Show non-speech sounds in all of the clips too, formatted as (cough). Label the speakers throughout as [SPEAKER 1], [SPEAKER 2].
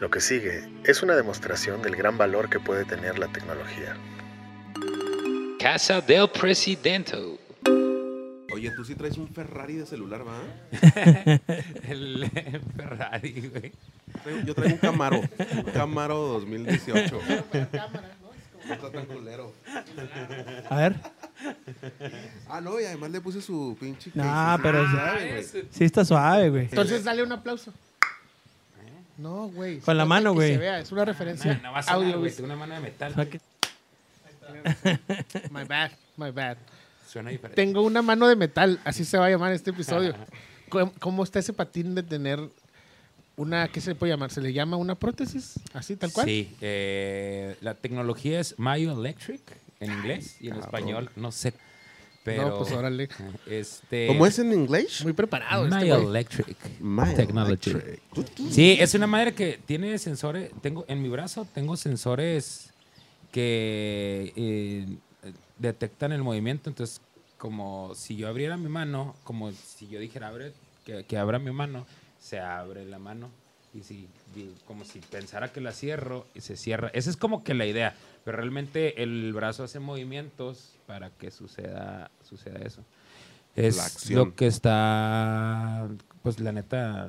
[SPEAKER 1] Lo que sigue es una demostración del gran valor que puede tener la tecnología.
[SPEAKER 2] Casa del Presidente.
[SPEAKER 3] Oye, tú sí traes un Ferrari de celular, ¿va?
[SPEAKER 4] El Ferrari, güey.
[SPEAKER 3] Traigo- Yo traigo un Camaro. Un Camaro 2018. No está tan culero.
[SPEAKER 5] A ver,
[SPEAKER 3] Ah, no, y además le puse su pinche.
[SPEAKER 5] No,
[SPEAKER 3] case,
[SPEAKER 5] pero
[SPEAKER 3] ¿sí
[SPEAKER 5] es-
[SPEAKER 3] sabe, güey?
[SPEAKER 5] sí está suave, güey.
[SPEAKER 6] Entonces dale un aplauso. No, güey.
[SPEAKER 5] Con la mano,
[SPEAKER 6] Que
[SPEAKER 5] güey.
[SPEAKER 6] se vea, Es una referencia
[SPEAKER 4] Ah, No vas a sonar,
[SPEAKER 6] audio.
[SPEAKER 4] güey. Tengo una mano de metal.
[SPEAKER 5] Saque-
[SPEAKER 6] My bad, my bad.
[SPEAKER 4] Suena diferente.
[SPEAKER 6] Tengo una mano de metal, así se va a llamar este episodio. ¿Cómo, cómo está ese patín de tener una, qué se le puede llamar? ¿Se le llama una prótesis? ¿Así, tal cual?
[SPEAKER 4] Sí. eh, la tecnología es Mayo Electric en inglés y en español, no sé. Pero,
[SPEAKER 6] No, pues órale.
[SPEAKER 4] Este,
[SPEAKER 3] ¿Cómo es en inglés?
[SPEAKER 6] Muy preparado este
[SPEAKER 4] Mayo
[SPEAKER 6] güey.
[SPEAKER 4] Electric
[SPEAKER 3] Mile
[SPEAKER 4] Technology.
[SPEAKER 3] Electric.
[SPEAKER 4] Sí, es una madre que tiene sensores. Tengo en mi brazo tengo sensores que eh, detectan el movimiento. Entonces, como si yo abriera mi mano, como si yo dijera abre, que, que abra mi mano, se abre la mano. Y si di- como si pensara que la cierro y se cierra. Esa es como que la idea. Pero realmente el brazo hace movimientos para que suceda, suceda eso. Es
[SPEAKER 3] La acción.
[SPEAKER 4] lo que está, pues la neta,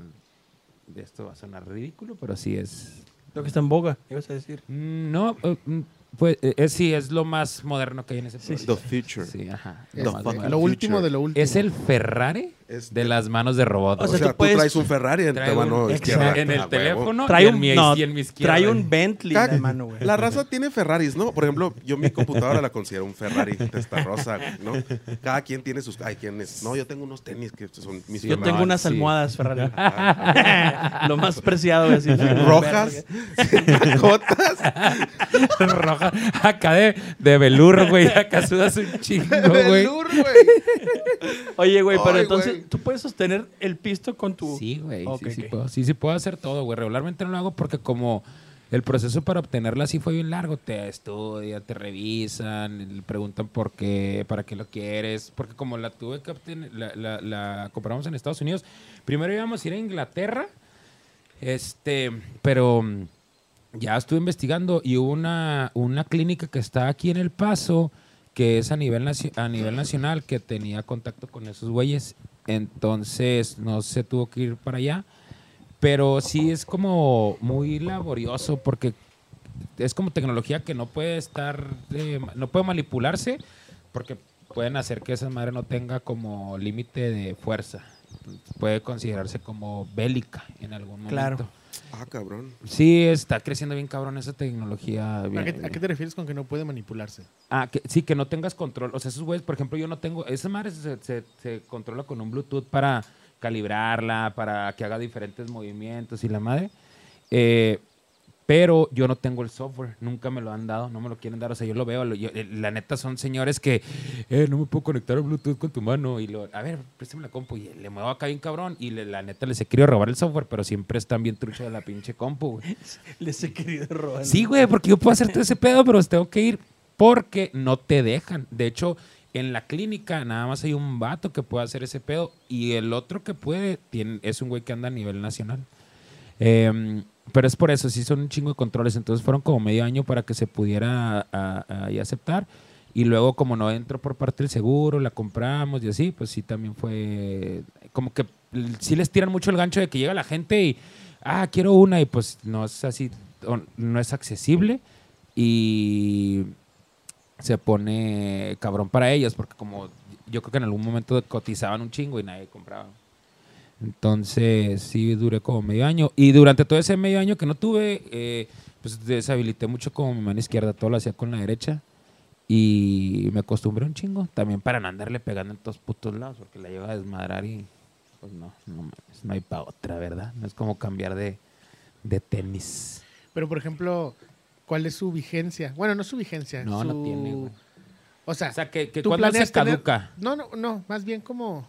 [SPEAKER 4] esto va a sonar ridículo, pero sí es.
[SPEAKER 5] Lo que está en boga, ibas a decir.
[SPEAKER 4] Mm, No, eh, mm, pues eh, eh, sí, es lo más moderno que hay en ese país.
[SPEAKER 3] The future.
[SPEAKER 4] Sí, ajá.
[SPEAKER 6] Este,
[SPEAKER 3] No,
[SPEAKER 4] lo más
[SPEAKER 3] fuck.
[SPEAKER 4] moderno.
[SPEAKER 6] lo último de lo último.
[SPEAKER 4] Es el Ferrari
[SPEAKER 3] Es
[SPEAKER 4] de
[SPEAKER 3] de-
[SPEAKER 4] las manos de robot.
[SPEAKER 3] O
[SPEAKER 5] O
[SPEAKER 4] güey.
[SPEAKER 3] sea,
[SPEAKER 5] sea, tú
[SPEAKER 3] tú
[SPEAKER 5] puedes-
[SPEAKER 3] traes un Ferrari en
[SPEAKER 4] Trae
[SPEAKER 3] tu
[SPEAKER 4] un-
[SPEAKER 3] mano izquierda.
[SPEAKER 4] en
[SPEAKER 3] Ah,
[SPEAKER 4] el
[SPEAKER 3] huevo.
[SPEAKER 4] teléfono
[SPEAKER 5] Trae
[SPEAKER 4] y, en
[SPEAKER 5] un,
[SPEAKER 4] mi,
[SPEAKER 5] no,
[SPEAKER 4] y en mi izquierda. (laughs)
[SPEAKER 5] trae un Bentley en
[SPEAKER 3] Caga.
[SPEAKER 5] la mano, güey.
[SPEAKER 3] La raza tiene Ferraris, ¿no? Por ejemplo, yo mi computadora la considero un Ferrari testarrosa, güey, ¿no? Cada quien tiene sus... Ay, ¿quién es? No, yo tengo unos tenis que son mis
[SPEAKER 4] Sí,
[SPEAKER 5] Yo tengo
[SPEAKER 4] no,
[SPEAKER 5] unas
[SPEAKER 4] sí.
[SPEAKER 5] almohadas, Ferrari.
[SPEAKER 4] (laughs)
[SPEAKER 5] Lo más preciado, güey. así.
[SPEAKER 3] rojas, (laughs) cotas.
[SPEAKER 4] roja. Acá de, de velour, güey. Acá sudas un chingo, güey.
[SPEAKER 5] Oye, güey, pero
[SPEAKER 3] Ay,
[SPEAKER 5] entonces
[SPEAKER 3] güey.
[SPEAKER 5] tú puedes sostener el pisto con tu.
[SPEAKER 4] Sí, güey.
[SPEAKER 5] Ok,
[SPEAKER 4] sí, sí,
[SPEAKER 5] ok.
[SPEAKER 4] puedo. Sí, sí puedo hacer todo, güey. Regularmente no lo hago porque como el proceso para obtenerla sí fue bien largo. Te estudian, te revisan, le preguntan por qué, para qué lo quieres. Porque como la tuve que obtener, la, la- la compramos en Estados Unidos, primero íbamos a ir a Inglaterra, este, pero mm, ya estuve investigando y hubo una, una clínica que está aquí en El Paso que es a nivel, naci- a nivel nacional, que tenía contacto con esos güeyes. Entonces no se tuvo que ir para allá. Pero sí es como muy laborioso porque es como tecnología que no puede estar, eh, ma- no puede manipularse porque pueden hacer que esa madre no tenga como límite de fuerza. Entonces, Puede considerarse como bélica en algún momento.
[SPEAKER 5] Claro.
[SPEAKER 3] Ah, cabrón.
[SPEAKER 4] Sí, está creciendo bien cabrón esa tecnología.
[SPEAKER 6] ¿A
[SPEAKER 4] bien-
[SPEAKER 6] qué, a qué te refieres con que no puede manipularse?
[SPEAKER 4] Ah, que, sí, que no tengas control. O sea, esos güeyes, por ejemplo, yo no tengo. Esa madre se, se- se controla con un Bluetooth para calibrarla, para que haga diferentes movimientos y la madre. Eh, pero yo no tengo el software, nunca me lo han dado, no me lo quieren dar. O sea, yo lo veo. lo- yo- eh, la neta son señores que eh, no me puedo conectar a Bluetooth con tu mano. Y lo, a ver, préstame la compu. Y le muevo acá bien cabrón. Y le- la neta les he querido robar el software, pero siempre están bien truchos de la pinche compu, güey.
[SPEAKER 5] Les he querido robar.
[SPEAKER 4] Sí, güey, porque yo puedo hacer todo ese pedo, pero tengo que ir porque no te dejan. De hecho, en la clínica nada más hay un vato que puede hacer ese pedo y el otro que puede tiene, es un güey que anda a nivel nacional. Em, pero es por eso, sí son un chingo de controles. Entonces fueron como medio año para que se pudiera a- a- ahí aceptar. Y luego, como no entró por parte del seguro, la compramos y así, pues sí también fue. Como que l- sí les tiran mucho el gancho de que llega la gente y. Ah, quiero una, y pues no es así, o no es accesible. Y se pone cabrón para ellas, porque como yo creo que en algún momento cotizaban un chingo y nadie compraba. Entonces, sí, duré como medio año. Y durante todo ese medio año que no tuve, eh, pues deshabilité mucho como mi mano izquierda, todo lo hacía con la derecha. Y me acostumbré un chingo también para no andarle pegando en todos putos lados, porque la lleva a desmadrar y pues no, no, mames, no hay para otra, ¿verdad? No es como cambiar de, de tenis.
[SPEAKER 6] Pero, por ejemplo, ¿cuál es su vigencia? Bueno, no su vigencia.
[SPEAKER 4] No, no
[SPEAKER 6] su-
[SPEAKER 4] tiene, güey.
[SPEAKER 6] O sea,
[SPEAKER 4] O sea, que, que
[SPEAKER 6] ¿tú
[SPEAKER 4] cuando se
[SPEAKER 6] planeas tener-
[SPEAKER 4] caduca.
[SPEAKER 6] No, no, no, más bien como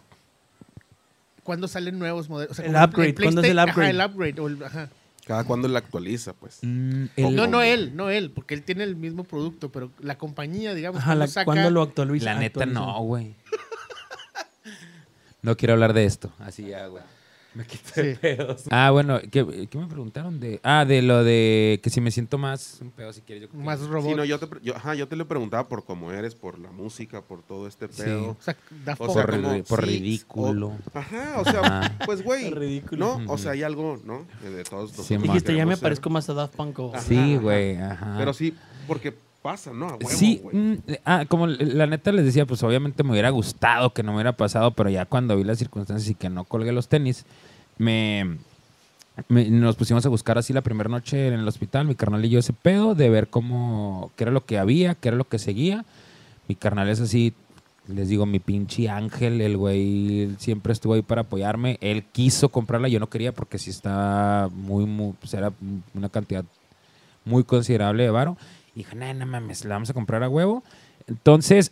[SPEAKER 6] cuando salen nuevos modelos. O sea,
[SPEAKER 5] El
[SPEAKER 6] como
[SPEAKER 5] upgrade, ¿cuándo es el
[SPEAKER 6] Playsta-
[SPEAKER 5] upgrade?
[SPEAKER 6] Ajá, el upgrade. o el- ajá.
[SPEAKER 3] Cada cuando la actualiza, pues.
[SPEAKER 4] Mm, el-
[SPEAKER 6] No, no él, no él, porque él tiene el mismo producto, pero la compañía, digamos,
[SPEAKER 5] Ajá,
[SPEAKER 6] ¿cuándo
[SPEAKER 5] la-
[SPEAKER 6] saca-
[SPEAKER 5] ¿cuándo lo actualiza?
[SPEAKER 4] La neta
[SPEAKER 5] Actualiza.
[SPEAKER 4] no, güey. No quiero hablar de esto. Así ya, güey. Me quito
[SPEAKER 6] de
[SPEAKER 4] pedos. Ah, bueno, ¿qué, qué me preguntaron? de Ah, de lo de que si me siento más un pedo, si quieres. Yo creo que-
[SPEAKER 6] Más
[SPEAKER 3] Sí,
[SPEAKER 6] robot.
[SPEAKER 3] no, yo te, pre- yo- ajá, yo te lo preguntaba por cómo eres, por la música, por todo este
[SPEAKER 4] Sí. Ah,
[SPEAKER 3] pedo.
[SPEAKER 6] O sea, Daft
[SPEAKER 3] O
[SPEAKER 6] Punk.
[SPEAKER 3] sea,
[SPEAKER 4] por,
[SPEAKER 3] como-
[SPEAKER 4] ri- por
[SPEAKER 3] sí,
[SPEAKER 4] ridículo.
[SPEAKER 3] Ajá, o sea,
[SPEAKER 4] Ajá.
[SPEAKER 3] pues güey,
[SPEAKER 5] Ridículo.
[SPEAKER 3] ¿no? O sea, hay algo, ¿no? Que De todos nosotros
[SPEAKER 4] Sí, ma.
[SPEAKER 5] Dijiste, ya
[SPEAKER 3] queremos
[SPEAKER 5] me
[SPEAKER 3] ser.
[SPEAKER 5] parezco más a Daft Punk. o-
[SPEAKER 3] Ajá,
[SPEAKER 4] sí,
[SPEAKER 3] ajá.
[SPEAKER 4] güey, ajá.
[SPEAKER 3] Pero sí, porque pasa, ¿no? A huevo,
[SPEAKER 4] sí,
[SPEAKER 3] güey.
[SPEAKER 4] mm, ah, como l- la neta les decía, pues obviamente me hubiera gustado que no me hubiera pasado, pero ya cuando vi las circunstancias y que no colgué los tenis, me, me- nos pusimos a buscar así la primera noche en el hospital, mi carnal y yo ese pedo, de ver cómo, qué era lo que había, qué era lo que seguía. Mi carnal es así, les digo, mi pinche ángel, el güey siempre estuvo ahí para apoyarme. Él quiso comprarla, yo no quería porque sí está muy, muy, pues era una cantidad muy considerable de varo. Y dije, no, no mames, la vamos a comprar a huevo. Entonces,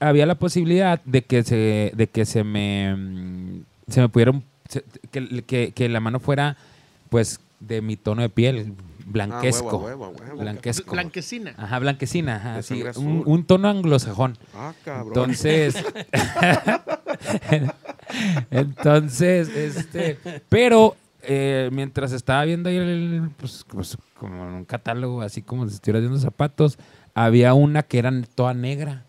[SPEAKER 4] había la posibilidad de que se, de que se me, mm, se me pudiera, un- se- que, que- que la mano fuera, pues, de mi tono de piel,
[SPEAKER 3] Ah, huevo,
[SPEAKER 4] blanquesco.
[SPEAKER 3] a huevo, a huevo.
[SPEAKER 4] Blanquesco.
[SPEAKER 6] Blanquecina.
[SPEAKER 4] Ajá, blanquecina, ajá,
[SPEAKER 3] De
[SPEAKER 4] sí,
[SPEAKER 3] sangre
[SPEAKER 4] un,
[SPEAKER 3] azul.
[SPEAKER 4] un tono anglosajón.
[SPEAKER 3] Ah, cabrón.
[SPEAKER 4] Entonces, (laughs) entonces, este, pero eh, mientras estaba viendo ahí el, pues, pues, como un catálogo, así como si estuviera viendo zapatos, había una que era toda negra.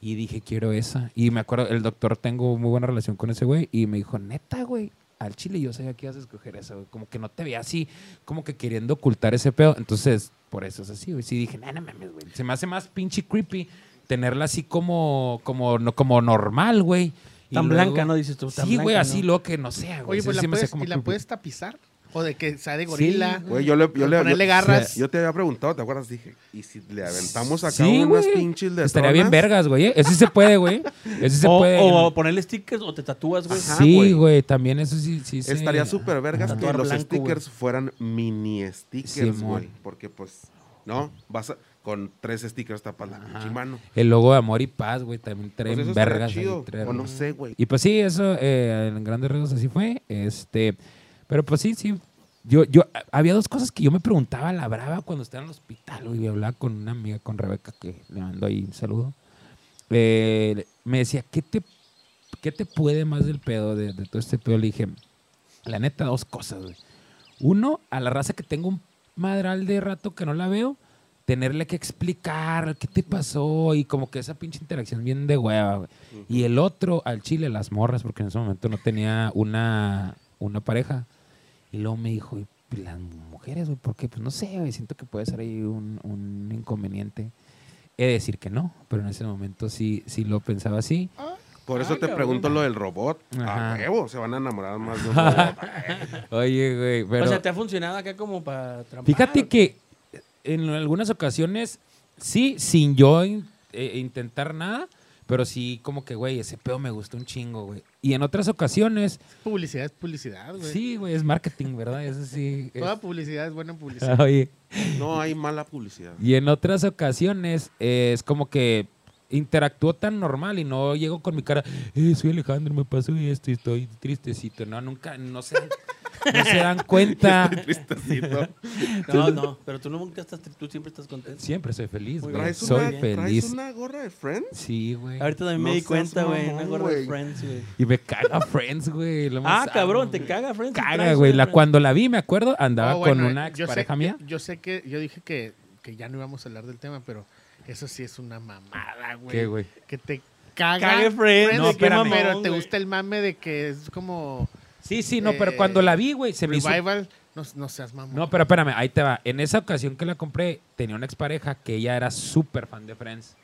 [SPEAKER 4] Y dije, quiero esa. Y me acuerdo, el doctor, tengo muy buena relación con ese güey. Y me dijo, neta, güey, al chile yo sabía que ibas a escoger esa, güey. Como que no te veía así, como que queriendo ocultar ese pedo. Entonces, por eso es así, güey. Sí dije, no, no mames, güey. Se me hace más pinche creepy tenerla así como, como, no, como normal, güey. Y
[SPEAKER 5] Tan
[SPEAKER 4] luego-
[SPEAKER 5] blanca, ¿no? Dices tú. tan
[SPEAKER 4] Sí, güey,
[SPEAKER 5] blanca,
[SPEAKER 4] así
[SPEAKER 5] ¿no?
[SPEAKER 4] lo que no sea, güey.
[SPEAKER 6] Oye,
[SPEAKER 4] Eso
[SPEAKER 6] pues la
[SPEAKER 4] sí me hace
[SPEAKER 6] puedes,
[SPEAKER 4] como
[SPEAKER 6] ¿y la
[SPEAKER 4] creepy.
[SPEAKER 6] puedes tapizar? O de que sea de gorila.
[SPEAKER 3] Güey, yo le, yo le-
[SPEAKER 6] Ponerle
[SPEAKER 3] yo-
[SPEAKER 6] garras.
[SPEAKER 3] Yo te había preguntado, ¿te acuerdas? Dije, ¿y si le aventamos acá
[SPEAKER 4] Sí,
[SPEAKER 3] unas
[SPEAKER 4] güey.
[SPEAKER 3] pinches de
[SPEAKER 4] Estaría bien vergas, güey. ¿eh? Eso sí se puede, güey. Eso sí se
[SPEAKER 5] o,
[SPEAKER 4] puede.
[SPEAKER 5] o ponerle stickers o te tatúas, güey.
[SPEAKER 3] Ajá,
[SPEAKER 4] sí,
[SPEAKER 3] güey.
[SPEAKER 4] pues. güey, también eso sí, sí se-
[SPEAKER 3] Estaría súper vergas que
[SPEAKER 5] Tatuar
[SPEAKER 3] los
[SPEAKER 5] blanco,
[SPEAKER 3] stickers fueran mini stickers,
[SPEAKER 4] Simón.
[SPEAKER 3] güey. Porque pues, ¿no? Vas a- con tres stickers tapas la pinche mano.
[SPEAKER 4] El logo de Amor y Paz, güey, también trae
[SPEAKER 3] Pues eso estaría
[SPEAKER 4] vergas. ahí,
[SPEAKER 3] chido.
[SPEAKER 4] trae
[SPEAKER 3] O no
[SPEAKER 4] vergas.
[SPEAKER 3] sé, güey.
[SPEAKER 4] Y pues sí, eso eh, en grandes rasgos así fue. Este, pero pues sí, sí. Yo, yo, a- había dos cosas que yo me preguntaba a la brava cuando estaba en el hospital, güey. y Hablaba con una amiga, con Rebeca, que le mando ahí un saludo. Eh, me decía, ¿qué te, ¿qué te puede más del pedo, de, de todo este pedo? Le dije, la neta, dos cosas, güey. Uno, a la raza que tengo un madral de rato que no la veo, tenerle que explicar qué te pasó y como que esa pinche interacción bien de hueva, güey. Y el otro, al chile, las morras, porque en ese momento no tenía una, una pareja. Y luego me dijo, "Y las mujeres, güey, ¿por qué? Pues no sé, güey, siento que puede ser ahí un, un inconveniente. He de decir que no, pero en ese momento sí, sí lo pensaba así.
[SPEAKER 3] Por eso te
[SPEAKER 6] Ay, cabrón.
[SPEAKER 3] pregunto lo del robot.
[SPEAKER 4] Ajá.
[SPEAKER 3] A huevo, se van a enamorar más de un robot.
[SPEAKER 4] Oye, güey, pero...
[SPEAKER 5] O sea, te ha funcionado acá como para trampar.
[SPEAKER 4] Fíjate que en algunas ocasiones, sí, sin yo in- eh, intentar nada, pero sí como que, güey, ese pedo me gustó un chingo, güey. Y en otras ocasiones,
[SPEAKER 6] Publicidad es
[SPEAKER 5] Pues,
[SPEAKER 6] publicidad, güey.
[SPEAKER 4] sí, güey, es marketing, ¿verdad? Eso sí. es-
[SPEAKER 6] Toda publicidad es buena publicidad.
[SPEAKER 4] Oye,
[SPEAKER 3] No hay
[SPEAKER 4] (laughs)
[SPEAKER 3] mala publicidad.
[SPEAKER 4] y en otras ocasiones eh, es como que interactúo tan normal y no llego con mi cara, "Eh, soy Alejandro, me pasó esto y estoy tristecito. No, nunca, no se, no se dan
[SPEAKER 3] (laughs)
[SPEAKER 4] cuenta. (laughs)
[SPEAKER 3] Tristecito.
[SPEAKER 5] No, no, pero tú nunca estás, tri- tú siempre estás contento.
[SPEAKER 4] Siempre soy feliz,
[SPEAKER 5] Muy
[SPEAKER 4] güey.
[SPEAKER 3] ¿Traes
[SPEAKER 5] bien.
[SPEAKER 4] Soy
[SPEAKER 3] una, ¿Traes
[SPEAKER 4] feliz.
[SPEAKER 3] una gorra de Friends?
[SPEAKER 4] Sí, güey.
[SPEAKER 5] Ahorita también
[SPEAKER 3] No
[SPEAKER 5] me di
[SPEAKER 3] seas
[SPEAKER 5] cuenta, güey. Me
[SPEAKER 3] mamón,
[SPEAKER 5] acuerdo de
[SPEAKER 3] güey.
[SPEAKER 5] Friends, güey.
[SPEAKER 4] Y me caga Friends, güey. lo más
[SPEAKER 5] Ah,
[SPEAKER 4] amo,
[SPEAKER 5] cabrón, te
[SPEAKER 4] güey.
[SPEAKER 5] caga Friends.
[SPEAKER 4] Caga,
[SPEAKER 5] Traes
[SPEAKER 4] güey.
[SPEAKER 5] una
[SPEAKER 4] La,
[SPEAKER 5] Friends.
[SPEAKER 4] cuando la vi, me acuerdo, andaba
[SPEAKER 6] Oh, bueno,
[SPEAKER 4] con una
[SPEAKER 6] yo sé
[SPEAKER 4] expareja
[SPEAKER 6] que-
[SPEAKER 4] mía.
[SPEAKER 6] Yo sé que, yo dije que, que ya no íbamos a hablar del tema, pero eso sí es una mamada, güey.
[SPEAKER 4] ¿Qué, güey?
[SPEAKER 6] Que te caga.
[SPEAKER 5] Cague Friends,
[SPEAKER 6] Friends,
[SPEAKER 4] no,
[SPEAKER 6] de que
[SPEAKER 4] espérame.
[SPEAKER 6] pero te
[SPEAKER 5] güey.
[SPEAKER 6] gusta el mame de que es como
[SPEAKER 4] Sí, sí, no, pero
[SPEAKER 6] Eh,
[SPEAKER 4] cuando la vi, güey, se me hizo.
[SPEAKER 6] revival. No, no seas mamón.
[SPEAKER 4] No, pero espérame, ahí te va. En esa ocasión que la compré, tenía una expareja que ella era súper fan de Friends.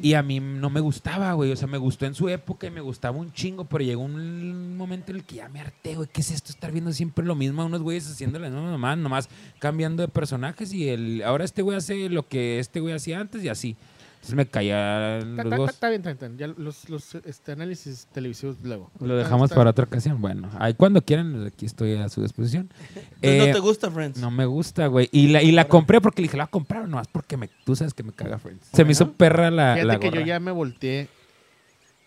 [SPEAKER 4] Y a mí no me gustaba, güey. O sea, me gustó en su época y me gustaba un chingo, pero llegó un momento en el que ya me harté, güey. ¿Qué es esto? Estar viendo siempre lo mismo a unos güeyes haciendo las mismas nomás, nomás cambiando de personajes y el, ahora este güey hace lo que este güey hacía antes y así. Entonces me caía
[SPEAKER 6] Está,
[SPEAKER 4] los
[SPEAKER 6] está-
[SPEAKER 4] dos.
[SPEAKER 6] está bien, está bien, está bien. Ya los, los, este, análisis televisivos luego.
[SPEAKER 4] Lo
[SPEAKER 6] Ahorita
[SPEAKER 4] dejamos
[SPEAKER 6] está-
[SPEAKER 4] para otra ocasión. Bueno, ahí cuando quieran, aquí estoy a su disposición.
[SPEAKER 5] Entonces,
[SPEAKER 4] Eh,
[SPEAKER 5] no te gusta Friends.
[SPEAKER 4] no me gusta, güey. Y la, y la compré porque le dije, la voy a comprar nomás porque me, tú sabes que me caga Friends. Se me hizo perra la,
[SPEAKER 6] Fíjate
[SPEAKER 4] la
[SPEAKER 6] que
[SPEAKER 4] gorra.
[SPEAKER 6] yo ya me volteé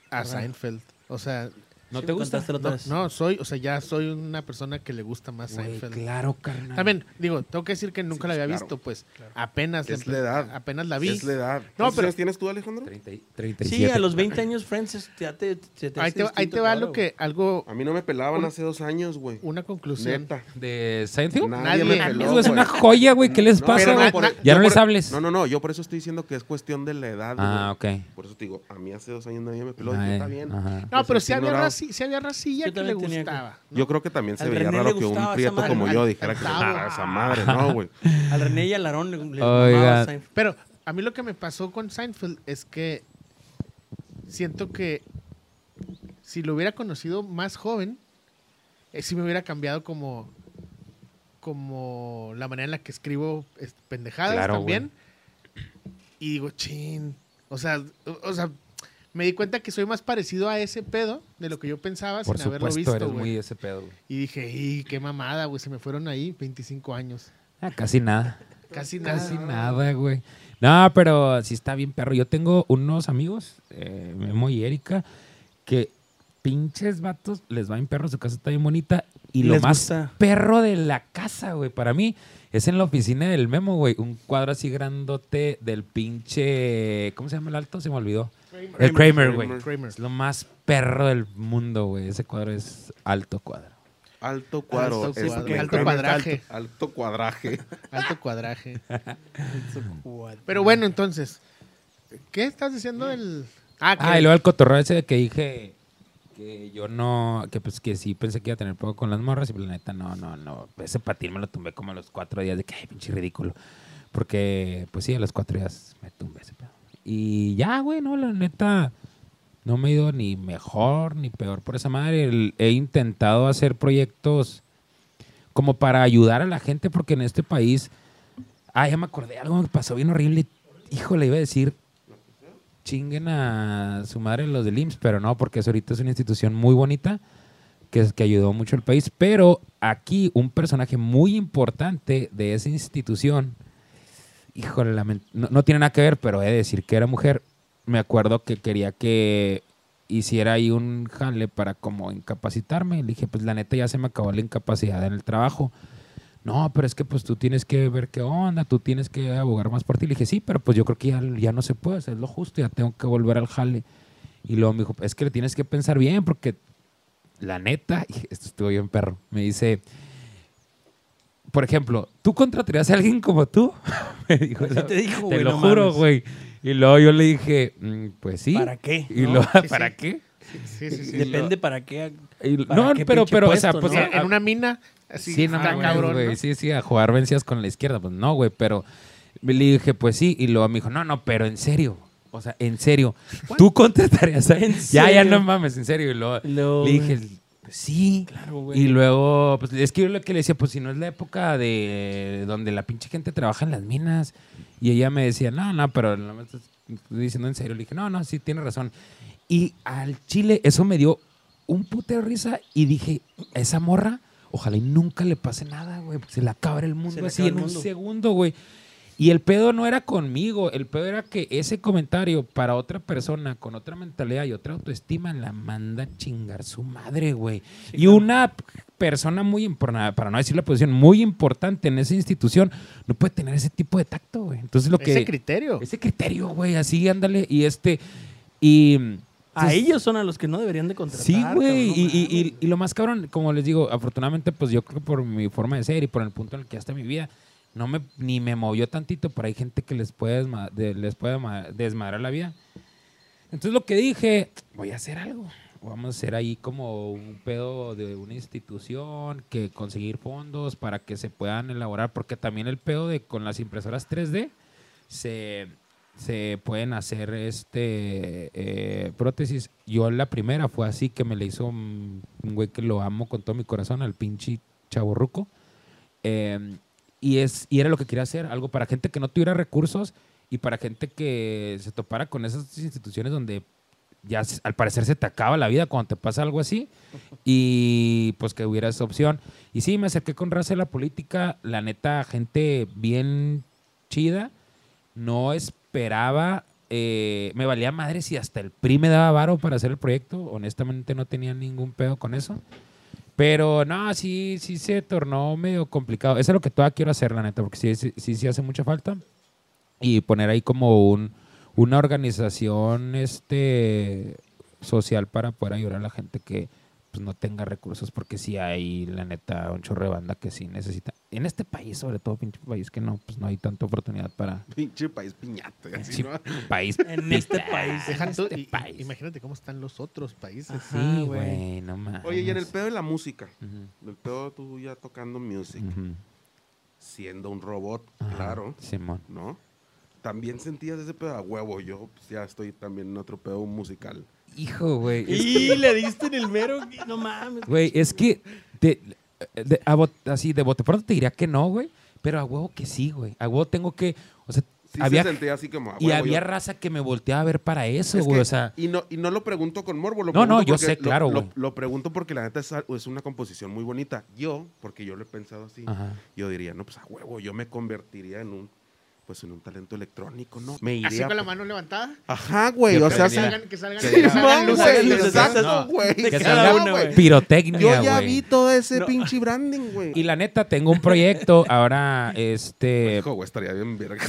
[SPEAKER 6] a Seinfeld. O sea,
[SPEAKER 4] ¿No
[SPEAKER 5] Sí,
[SPEAKER 4] te
[SPEAKER 5] me
[SPEAKER 4] gusta?
[SPEAKER 5] contaste la otra
[SPEAKER 6] No,
[SPEAKER 5] vez.
[SPEAKER 6] no, soy, o sea, ya soy una persona que le gusta más
[SPEAKER 4] Güey,
[SPEAKER 6] Seinfeld.
[SPEAKER 4] claro, carnal.
[SPEAKER 6] También, digo, tengo que decir que nunca la había
[SPEAKER 3] claro.
[SPEAKER 6] visto, pues. Apenas,
[SPEAKER 3] Es
[SPEAKER 6] empe-
[SPEAKER 3] la edad.
[SPEAKER 6] apenas la vi.
[SPEAKER 3] Es la edad.
[SPEAKER 6] No,
[SPEAKER 3] ¿Cuántos
[SPEAKER 6] pero-
[SPEAKER 3] años tienes tú, Alejandro?
[SPEAKER 4] 30 y-
[SPEAKER 5] Sí,
[SPEAKER 4] 37.
[SPEAKER 5] a los 20 años, Friends, es- ya te, se te
[SPEAKER 6] ahí
[SPEAKER 5] hace
[SPEAKER 6] te, ahí
[SPEAKER 5] distinto
[SPEAKER 6] te va
[SPEAKER 5] ahora,
[SPEAKER 6] lo que, algo,
[SPEAKER 3] A mí no me pelaban hace dos años, güey.
[SPEAKER 6] una conclusión.
[SPEAKER 3] Neta.
[SPEAKER 4] ¿De Seinfeld?
[SPEAKER 3] Nadie,
[SPEAKER 6] Nadie.
[SPEAKER 3] me
[SPEAKER 6] Eso
[SPEAKER 3] peló,
[SPEAKER 4] Eso es
[SPEAKER 3] güey.
[SPEAKER 4] una joya, güey. ¿Qué les
[SPEAKER 3] No,
[SPEAKER 4] pasa,
[SPEAKER 3] pero
[SPEAKER 4] güey?
[SPEAKER 3] por- e-
[SPEAKER 4] Ya
[SPEAKER 3] yo
[SPEAKER 4] no les
[SPEAKER 3] por-
[SPEAKER 4] hables.
[SPEAKER 3] No, no, no. Yo por eso estoy diciendo que es cuestión de la edad,
[SPEAKER 4] Ah,
[SPEAKER 3] güey.
[SPEAKER 4] ok.
[SPEAKER 3] Por eso te digo, a mí hace dos años nadie me peló.
[SPEAKER 4] Ay,
[SPEAKER 3] dije, está bien.
[SPEAKER 4] ajá.
[SPEAKER 6] No,
[SPEAKER 3] Pues
[SPEAKER 6] pero
[SPEAKER 3] es
[SPEAKER 6] sí había,
[SPEAKER 3] ignorado.
[SPEAKER 6] raci- sí había rasilla
[SPEAKER 5] Yo
[SPEAKER 6] que le
[SPEAKER 5] también tenía que-
[SPEAKER 6] gustaba.
[SPEAKER 3] Yo creo que también se
[SPEAKER 5] Al
[SPEAKER 3] veía
[SPEAKER 5] René le
[SPEAKER 3] raro que
[SPEAKER 5] gustaba
[SPEAKER 3] un
[SPEAKER 5] esa
[SPEAKER 3] prieto
[SPEAKER 5] madre.
[SPEAKER 3] como yo
[SPEAKER 6] Al-
[SPEAKER 3] dijera que
[SPEAKER 6] al Tavo.
[SPEAKER 3] "Ah, esa madre, no, güey.
[SPEAKER 5] Al René y al Aarón le, le
[SPEAKER 4] Oiga.
[SPEAKER 5] mamaba Seinfeld.
[SPEAKER 6] Pero a mí lo que me pasó con Seinfeld es que siento que si lo hubiera conocido más joven, eh, sí me hubiera cambiado como, como la manera en la que escribo es- pendejadas
[SPEAKER 4] Claro,
[SPEAKER 6] también. Y digo, chin. O sea, o, o sea, me di cuenta que soy más parecido a ese pedo de lo que yo pensaba
[SPEAKER 4] Por
[SPEAKER 6] sin haberlo
[SPEAKER 4] supuesto,
[SPEAKER 6] visto,
[SPEAKER 4] eres
[SPEAKER 6] güey.
[SPEAKER 4] muy ese pedo, güey.
[SPEAKER 6] Y dije, y qué mamada, güey, se me fueron ahí 25 años.
[SPEAKER 4] Ah, casi nada.
[SPEAKER 6] Casi nada.
[SPEAKER 4] Casi nada, güey. No, pero sí está bien, perro. Yo tengo unos amigos, eh, Memo y Erika, que pinches vatos les va bien perro, su casa está bien bonita. Y lo
[SPEAKER 5] Les
[SPEAKER 4] más
[SPEAKER 5] gusta.
[SPEAKER 4] perro de la casa, güey, para mí, es en la oficina del Memo, güey. Un cuadro así grandote del pinche. ¿Cómo se llama el alto? Se me olvidó. El Kramer, güey.
[SPEAKER 6] Kramer.
[SPEAKER 4] Es lo más perro del mundo, güey. Ese cuadro es alto cuadro.
[SPEAKER 3] Alto cuadro.
[SPEAKER 6] Alto
[SPEAKER 3] es
[SPEAKER 6] cuadro.
[SPEAKER 3] que
[SPEAKER 6] Alto
[SPEAKER 3] me
[SPEAKER 6] cuadraje.
[SPEAKER 3] encanta. Alto cuadraje. (laughs)
[SPEAKER 6] Alto cuadraje. Pero bueno, entonces, ¿qué estás diciendo del...? Ah,
[SPEAKER 4] Ah, y luego el cotorreo ese que dije que yo no, que pues que sí pensé que iba a tener poco con las morras y pues, la neta no, no, no. Ese patín me lo tumbé como a los cuatro días de que, ay, pinche ridículo. Porque, pues sí, a los cuatro días me tumbé ese pedo. Y ya, güey, no, la neta no me he ido ni mejor ni peor por esa madre. El- he intentado hacer proyectos como para ayudar a la gente porque en este país, ah, ya me acordé, algo me pasó bien horrible. Híjole, iba a decir, chinguen a su madre los del IMSS, pero no, porque eso ahorita es una institución muy bonita que, es- que ayudó mucho al país. Pero aquí un personaje muy importante de esa institución, híjole, lamen- no, no tiene nada que ver, pero he de decir que era mujer. Me acuerdo que quería que hiciera ahí un jale para como incapacitarme. Le dije, pues la neta ya se me acabó la incapacidad en el trabajo. No, pero es que pues tú tienes que ver qué onda, tú tienes que abogar más por ti. Le dije, sí, pero pues yo creo que ya, ya no se puede, o sea, es lo justo, ya tengo que volver al jale. Y luego me dijo, es que le tienes que pensar bien porque la neta, y esto estuvo bien perro, me dice, por ejemplo, ¿tú contratarías a alguien como tú? (laughs) me dijo,
[SPEAKER 5] Así te dijo, güey,
[SPEAKER 4] lo
[SPEAKER 5] no
[SPEAKER 4] juro,
[SPEAKER 5] mames.
[SPEAKER 4] güey. Y luego yo le dije, "Mm, pues sí.
[SPEAKER 5] ¿Para qué?
[SPEAKER 4] Y
[SPEAKER 5] ¿No?
[SPEAKER 4] luego,
[SPEAKER 6] sí.
[SPEAKER 4] ¿para qué?
[SPEAKER 6] Sí, sí, sí.
[SPEAKER 5] Depende para qué.
[SPEAKER 4] Y lo-
[SPEAKER 5] ¿Para
[SPEAKER 4] no,
[SPEAKER 5] qué
[SPEAKER 4] pero,
[SPEAKER 5] pinche
[SPEAKER 4] pero, o sea,
[SPEAKER 5] puesto,
[SPEAKER 4] pues,
[SPEAKER 5] no?
[SPEAKER 4] a-
[SPEAKER 6] En una mina, así,
[SPEAKER 4] Sí, no
[SPEAKER 6] está
[SPEAKER 4] mames,
[SPEAKER 6] cabrón,
[SPEAKER 4] güey.
[SPEAKER 6] ¿no?
[SPEAKER 4] Sí, sí, a jugar vencias con la izquierda. Pues no, güey, pero le dije, pues sí. Y luego me dijo, no, no, pero en serio. O sea, en serio. Tú contratarías a...
[SPEAKER 5] ¿En
[SPEAKER 4] Ya, ya,
[SPEAKER 5] serio?
[SPEAKER 4] no mames, en serio. Y luego
[SPEAKER 5] Lo-
[SPEAKER 4] le dije, sí.
[SPEAKER 5] Claro, güey.
[SPEAKER 4] Y luego, pues es que yo lo que le decía, pues si no es la época de donde la pinche gente trabaja en las minas. Y ella me decía, no, no, pero no me estás diciendo en serio. Le dije, no, no, sí, tiene razón. Y al chile, eso me dio un putero de risa y dije, a esa morra, ojalá y nunca le pase nada, güey. porque Se le acaba el
[SPEAKER 5] Se
[SPEAKER 4] mundo
[SPEAKER 5] le
[SPEAKER 4] así
[SPEAKER 5] acaba
[SPEAKER 4] en
[SPEAKER 5] el
[SPEAKER 4] un
[SPEAKER 5] mundo.
[SPEAKER 4] segundo, güey. Y el pedo no era conmigo, el pedo era que ese comentario para otra persona con otra mentalidad y otra autoestima la manda a chingar su madre, güey. y una persona muy importante, para no decir la posición, muy importante en esa institución, no puede tener ese tipo de tacto, güey. Entonces lo que...
[SPEAKER 6] Ese criterio.
[SPEAKER 4] Ese criterio, güey, así, ándale. Y este. Y.
[SPEAKER 5] A
[SPEAKER 4] entonces,
[SPEAKER 5] ellos son a los que no deberían de contratar.
[SPEAKER 4] Sí, güey.
[SPEAKER 5] cabrón,
[SPEAKER 4] Y,
[SPEAKER 5] no
[SPEAKER 4] y- y-
[SPEAKER 5] mames.
[SPEAKER 4] y lo más cabrón, como les digo, afortunadamente, pues yo creo que por mi forma de ser y por el punto en el que ya está mi vida, no me, ni me movió tantito, pero hay gente que les puede, desma- de- les puede ma- desmadrar la vida. Entonces lo que dije, voy a hacer algo. Vamos a hacer ahí como un pedo de una institución, que conseguir fondos para que se puedan elaborar, porque también el pedo de con las impresoras 3D se, se pueden hacer este eh, prótesis. Yo la primera fue así que me le hizo un un güey que lo amo con todo mi corazón, al pinche chaborruco. Eh, y, es, y era lo que quería hacer, algo para gente que no tuviera recursos y para gente que se topara con esas instituciones donde ya s- al parecer se te acaba la vida cuando te pasa algo así y pues que hubiera esa opción. Y sí, me acerqué con raza de la política, la neta, gente bien chida. No esperaba eh, me valía madre si hasta el PRI me daba varo para hacer el proyecto. Honestamente no tenía ningún pedo con eso. Pero no, sí, sí se tornó medio complicado. Eso es lo que todavía quiero hacer, la neta, porque sí, sí, sí, sí hace mucha falta. Y poner ahí como un, una organización este, social para poder ayudar a la gente que pues, no tenga recursos, porque sí hay, la neta, un chorro de banda que sí necesita. En este país, sobre todo, pinche país, que no, pues no hay tanta oportunidad para...
[SPEAKER 3] Pinche país piñata. así,
[SPEAKER 4] (laughs) Sí,
[SPEAKER 3] ¿no?
[SPEAKER 4] país.
[SPEAKER 5] En este
[SPEAKER 4] pita-
[SPEAKER 5] país,
[SPEAKER 6] Deja
[SPEAKER 4] en
[SPEAKER 6] tú,
[SPEAKER 4] este
[SPEAKER 6] y- y-
[SPEAKER 4] país.
[SPEAKER 6] Imagínate cómo están los otros países.
[SPEAKER 4] Sí,
[SPEAKER 5] Ah, güey.
[SPEAKER 4] güey, no mames.
[SPEAKER 3] Oye, y en el pedo de la música,
[SPEAKER 4] Ujú,
[SPEAKER 3] en el pedo tú ya tocando music,
[SPEAKER 4] ujú.
[SPEAKER 3] siendo un robot,
[SPEAKER 4] Ajá,
[SPEAKER 3] claro,
[SPEAKER 4] Simón.
[SPEAKER 3] ¿no? También sentías ese pedo a huevo. Yo pues, ya estoy también en otro pedo musical.
[SPEAKER 4] Hijo, güey. es que-
[SPEAKER 5] Y le diste en el mero. No mames.
[SPEAKER 4] Güey, es que te- de- a bot- así de bote pronto te diría que no, güey. Pero a huevo que sí, güey. A huevo tengo que. O sea,
[SPEAKER 3] Sí
[SPEAKER 4] había,
[SPEAKER 3] se sentía así como a
[SPEAKER 4] y
[SPEAKER 3] huevo,
[SPEAKER 4] había
[SPEAKER 3] yo-
[SPEAKER 4] raza que me volteaba a ver para eso,
[SPEAKER 3] Es
[SPEAKER 4] güey.
[SPEAKER 3] que-
[SPEAKER 4] O sea,
[SPEAKER 3] y no, y no lo pregunto con morbo. Lo
[SPEAKER 4] No, no,
[SPEAKER 3] pregunto
[SPEAKER 4] yo
[SPEAKER 3] porque
[SPEAKER 4] sé,
[SPEAKER 3] lo-
[SPEAKER 4] claro,
[SPEAKER 3] Lo,
[SPEAKER 4] güey.
[SPEAKER 3] lo pregunto porque la neta es, al- es una composición muy bonita. Yo, porque yo lo he pensado así,
[SPEAKER 4] ajá.
[SPEAKER 3] yo diría, no, pues a huevo, yo me convertiría en un, pues en un talento electrónico, ¿no? Me
[SPEAKER 6] Así
[SPEAKER 3] iría.
[SPEAKER 6] con la mano levantada.
[SPEAKER 3] Ajá, Ah, güey, o sea,
[SPEAKER 6] Que
[SPEAKER 4] sí.
[SPEAKER 6] salgan, que salgan,
[SPEAKER 3] Sí.
[SPEAKER 6] que
[SPEAKER 5] Vamos,
[SPEAKER 6] salgan
[SPEAKER 5] güey,
[SPEAKER 6] luces.
[SPEAKER 5] luces.
[SPEAKER 6] luces.
[SPEAKER 3] Exacto,
[SPEAKER 5] No,
[SPEAKER 3] güey.
[SPEAKER 5] de que
[SPEAKER 3] Sí,
[SPEAKER 5] salga
[SPEAKER 3] no,
[SPEAKER 5] una,
[SPEAKER 3] güey.
[SPEAKER 5] güey.
[SPEAKER 4] Pirotecnia,
[SPEAKER 3] Yo ya
[SPEAKER 4] güey.
[SPEAKER 3] vi todo ese
[SPEAKER 5] No.
[SPEAKER 3] pinche branding, güey.
[SPEAKER 4] Y la neta, tengo un proyecto
[SPEAKER 3] (laughs)
[SPEAKER 4] ahora, este.
[SPEAKER 3] Hijo, güey, estaría bien verga.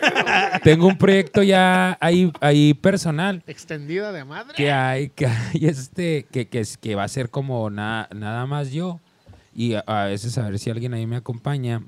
[SPEAKER 4] Ya. Tengo un proyecto ya ahí, ahí personal.
[SPEAKER 6] Extendida de madre.
[SPEAKER 4] que hay, que hay (laughs) este, que, que, es- que va a ser como na- nada más yo. Y a, a veces a ver si alguien ahí me acompaña,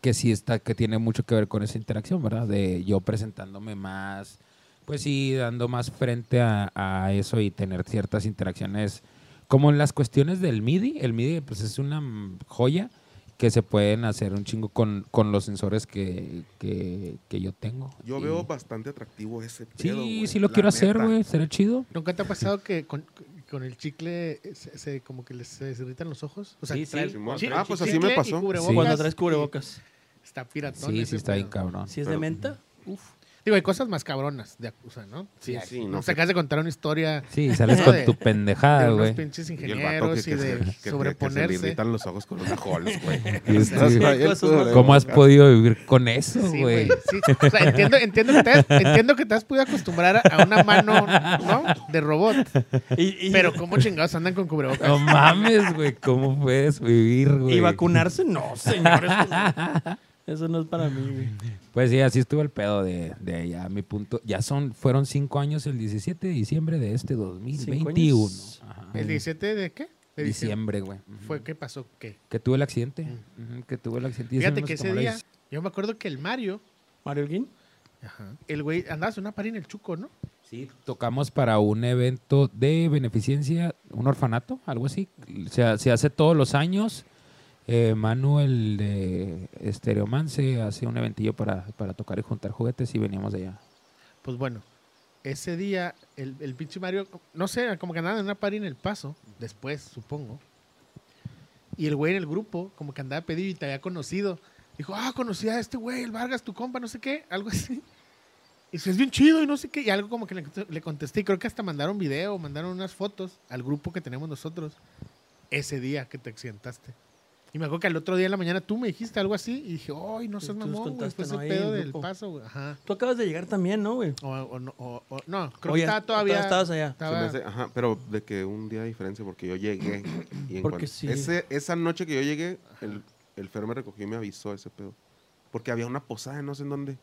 [SPEAKER 4] que sí está, que tiene mucho que ver con esa interacción, ¿verdad? De yo presentándome más, pues sí, dando más frente a, a eso y tener ciertas interacciones. Como en las cuestiones del MIDI, el MIDI pues es una mm, joya que se pueden hacer un chingo con, con los sensores que, que, que yo tengo.
[SPEAKER 3] Yo
[SPEAKER 4] Y-
[SPEAKER 3] veo bastante atractivo ese
[SPEAKER 4] Sí,
[SPEAKER 3] pedo, güey,
[SPEAKER 4] sí lo
[SPEAKER 3] la
[SPEAKER 4] quiero hacer,
[SPEAKER 3] neta.
[SPEAKER 4] güey, será chido.
[SPEAKER 6] ¿Nunca te ha pasado que con, con el chicle eh, se, se- como que les, se les irritan los ojos? O sea,
[SPEAKER 4] Sí,
[SPEAKER 6] que trae
[SPEAKER 4] sí.
[SPEAKER 3] Simón.
[SPEAKER 6] chicle
[SPEAKER 3] Ah, pues así
[SPEAKER 6] y
[SPEAKER 3] me pasó.
[SPEAKER 6] cubrebocas,
[SPEAKER 4] Sí. Ah,
[SPEAKER 5] Cuando traes cubrebocas.
[SPEAKER 6] y Está piratón.
[SPEAKER 4] Sí,
[SPEAKER 6] ese
[SPEAKER 4] sí, está
[SPEAKER 6] pedo.
[SPEAKER 4] bien cabrón.
[SPEAKER 5] Si es de menta, uf.
[SPEAKER 6] Digo, hay cosas más cabronas de acusa, ¿no?
[SPEAKER 3] Sí,
[SPEAKER 6] hay.
[SPEAKER 3] sí, no
[SPEAKER 6] Nos
[SPEAKER 3] sé.
[SPEAKER 6] acabas de contar una historia
[SPEAKER 4] Sí, sales
[SPEAKER 6] (laughs) Eso
[SPEAKER 4] con
[SPEAKER 6] de-
[SPEAKER 4] tu pendejada,
[SPEAKER 6] de unos
[SPEAKER 4] güey.
[SPEAKER 6] pinches
[SPEAKER 3] Y el vato que,
[SPEAKER 6] ingenieros y,
[SPEAKER 3] que se- que-
[SPEAKER 6] de
[SPEAKER 3] que- que se le
[SPEAKER 6] sobreponerse.
[SPEAKER 3] irritan los ojos con los ajoles,
[SPEAKER 6] (laughs)
[SPEAKER 3] güey.
[SPEAKER 4] Sí,
[SPEAKER 3] Estás
[SPEAKER 4] sí.
[SPEAKER 3] ahí,
[SPEAKER 5] Cosas más-
[SPEAKER 3] güey.
[SPEAKER 4] ¿Cómo has podido vivir con eso,
[SPEAKER 6] Sí,
[SPEAKER 4] güey?
[SPEAKER 6] güey. Sí. O sea, entiendo, entiendo, que te has, entiendo que te has podido acostumbrar a una mano, ¿no? De robot.
[SPEAKER 5] Y, y-
[SPEAKER 6] Pero cómo chingados andan con cubrebocas.
[SPEAKER 4] no mames, güey. ¿Cómo puedes vivir,
[SPEAKER 5] y
[SPEAKER 4] güey?
[SPEAKER 5] vacunarse, no, señores. (laughs) Eso no es para mí, güey.
[SPEAKER 4] Pues sí, así estuvo el pedo de, de ya mi punto. Ya son, fueron cinco años el 17 de diciembre de este 2021.
[SPEAKER 5] años.
[SPEAKER 4] Ajá.
[SPEAKER 6] ¿El 17 de qué? De
[SPEAKER 4] diciembre, güey.
[SPEAKER 6] ¿Fue qué pasó? ¿Qué?
[SPEAKER 4] Que tuve el accidente. Ujú, Que tuve el accidente. y eso
[SPEAKER 6] Mm. Fíjate
[SPEAKER 4] nos
[SPEAKER 6] que ese
[SPEAKER 4] tomó la
[SPEAKER 6] día,
[SPEAKER 4] decisión.
[SPEAKER 6] yo me acuerdo que el Mario,
[SPEAKER 5] Mario Guin.
[SPEAKER 6] el güey, andabas en una party en el Chuco, ¿no?
[SPEAKER 4] Sí, tocamos para un evento de beneficencia, un orfanato, algo así. Se, se hace todos los años. Eh, Manuel de Estereomance hace un eventillo para, para tocar y juntar juguetes y veníamos de allá.
[SPEAKER 6] Pues bueno, ese día, el, el pinche Mario, no sé, como que andaba en una party en el paso, después, supongo. Y el güey en el grupo, como que andaba pedido y te había conocido. Dijo, ah, conocí a este güey, el Vargas, tu compa, no sé qué, algo así. (laughs) Y dice, es bien chido y no sé qué. Y algo como que le, le contesté. Y creo que hasta mandaron video, mandaron unas fotos al grupo que tenemos nosotros ese día que te accidentaste. Y me acuerdo que al otro día en la mañana tú me dijiste algo así. Y dije, ay, no
[SPEAKER 5] Tú- tú
[SPEAKER 6] seas
[SPEAKER 5] nos
[SPEAKER 6] mamón, güey.
[SPEAKER 5] contaste,
[SPEAKER 6] Fue
[SPEAKER 5] ¿no?
[SPEAKER 6] ese
[SPEAKER 5] Ahí en
[SPEAKER 6] pedo
[SPEAKER 5] el
[SPEAKER 6] del
[SPEAKER 5] grupo.
[SPEAKER 6] paso, güey. Ajá.
[SPEAKER 5] Tú acabas de llegar también, ¿no, güey?
[SPEAKER 6] O, o no, o- o- no, creo
[SPEAKER 5] Oye,
[SPEAKER 6] que estaba todavía.
[SPEAKER 5] estabas allá.
[SPEAKER 3] Se
[SPEAKER 6] estaba-
[SPEAKER 3] me hace- ajá, pero de que un día de diferencia, porque yo llegué. Y en
[SPEAKER 5] Porque
[SPEAKER 3] cuanto-
[SPEAKER 5] sí.
[SPEAKER 3] ese- esa noche que yo llegué, el, el Fer me recogió y me avisó ese pedo. Porque había una posada, no sé en dónde.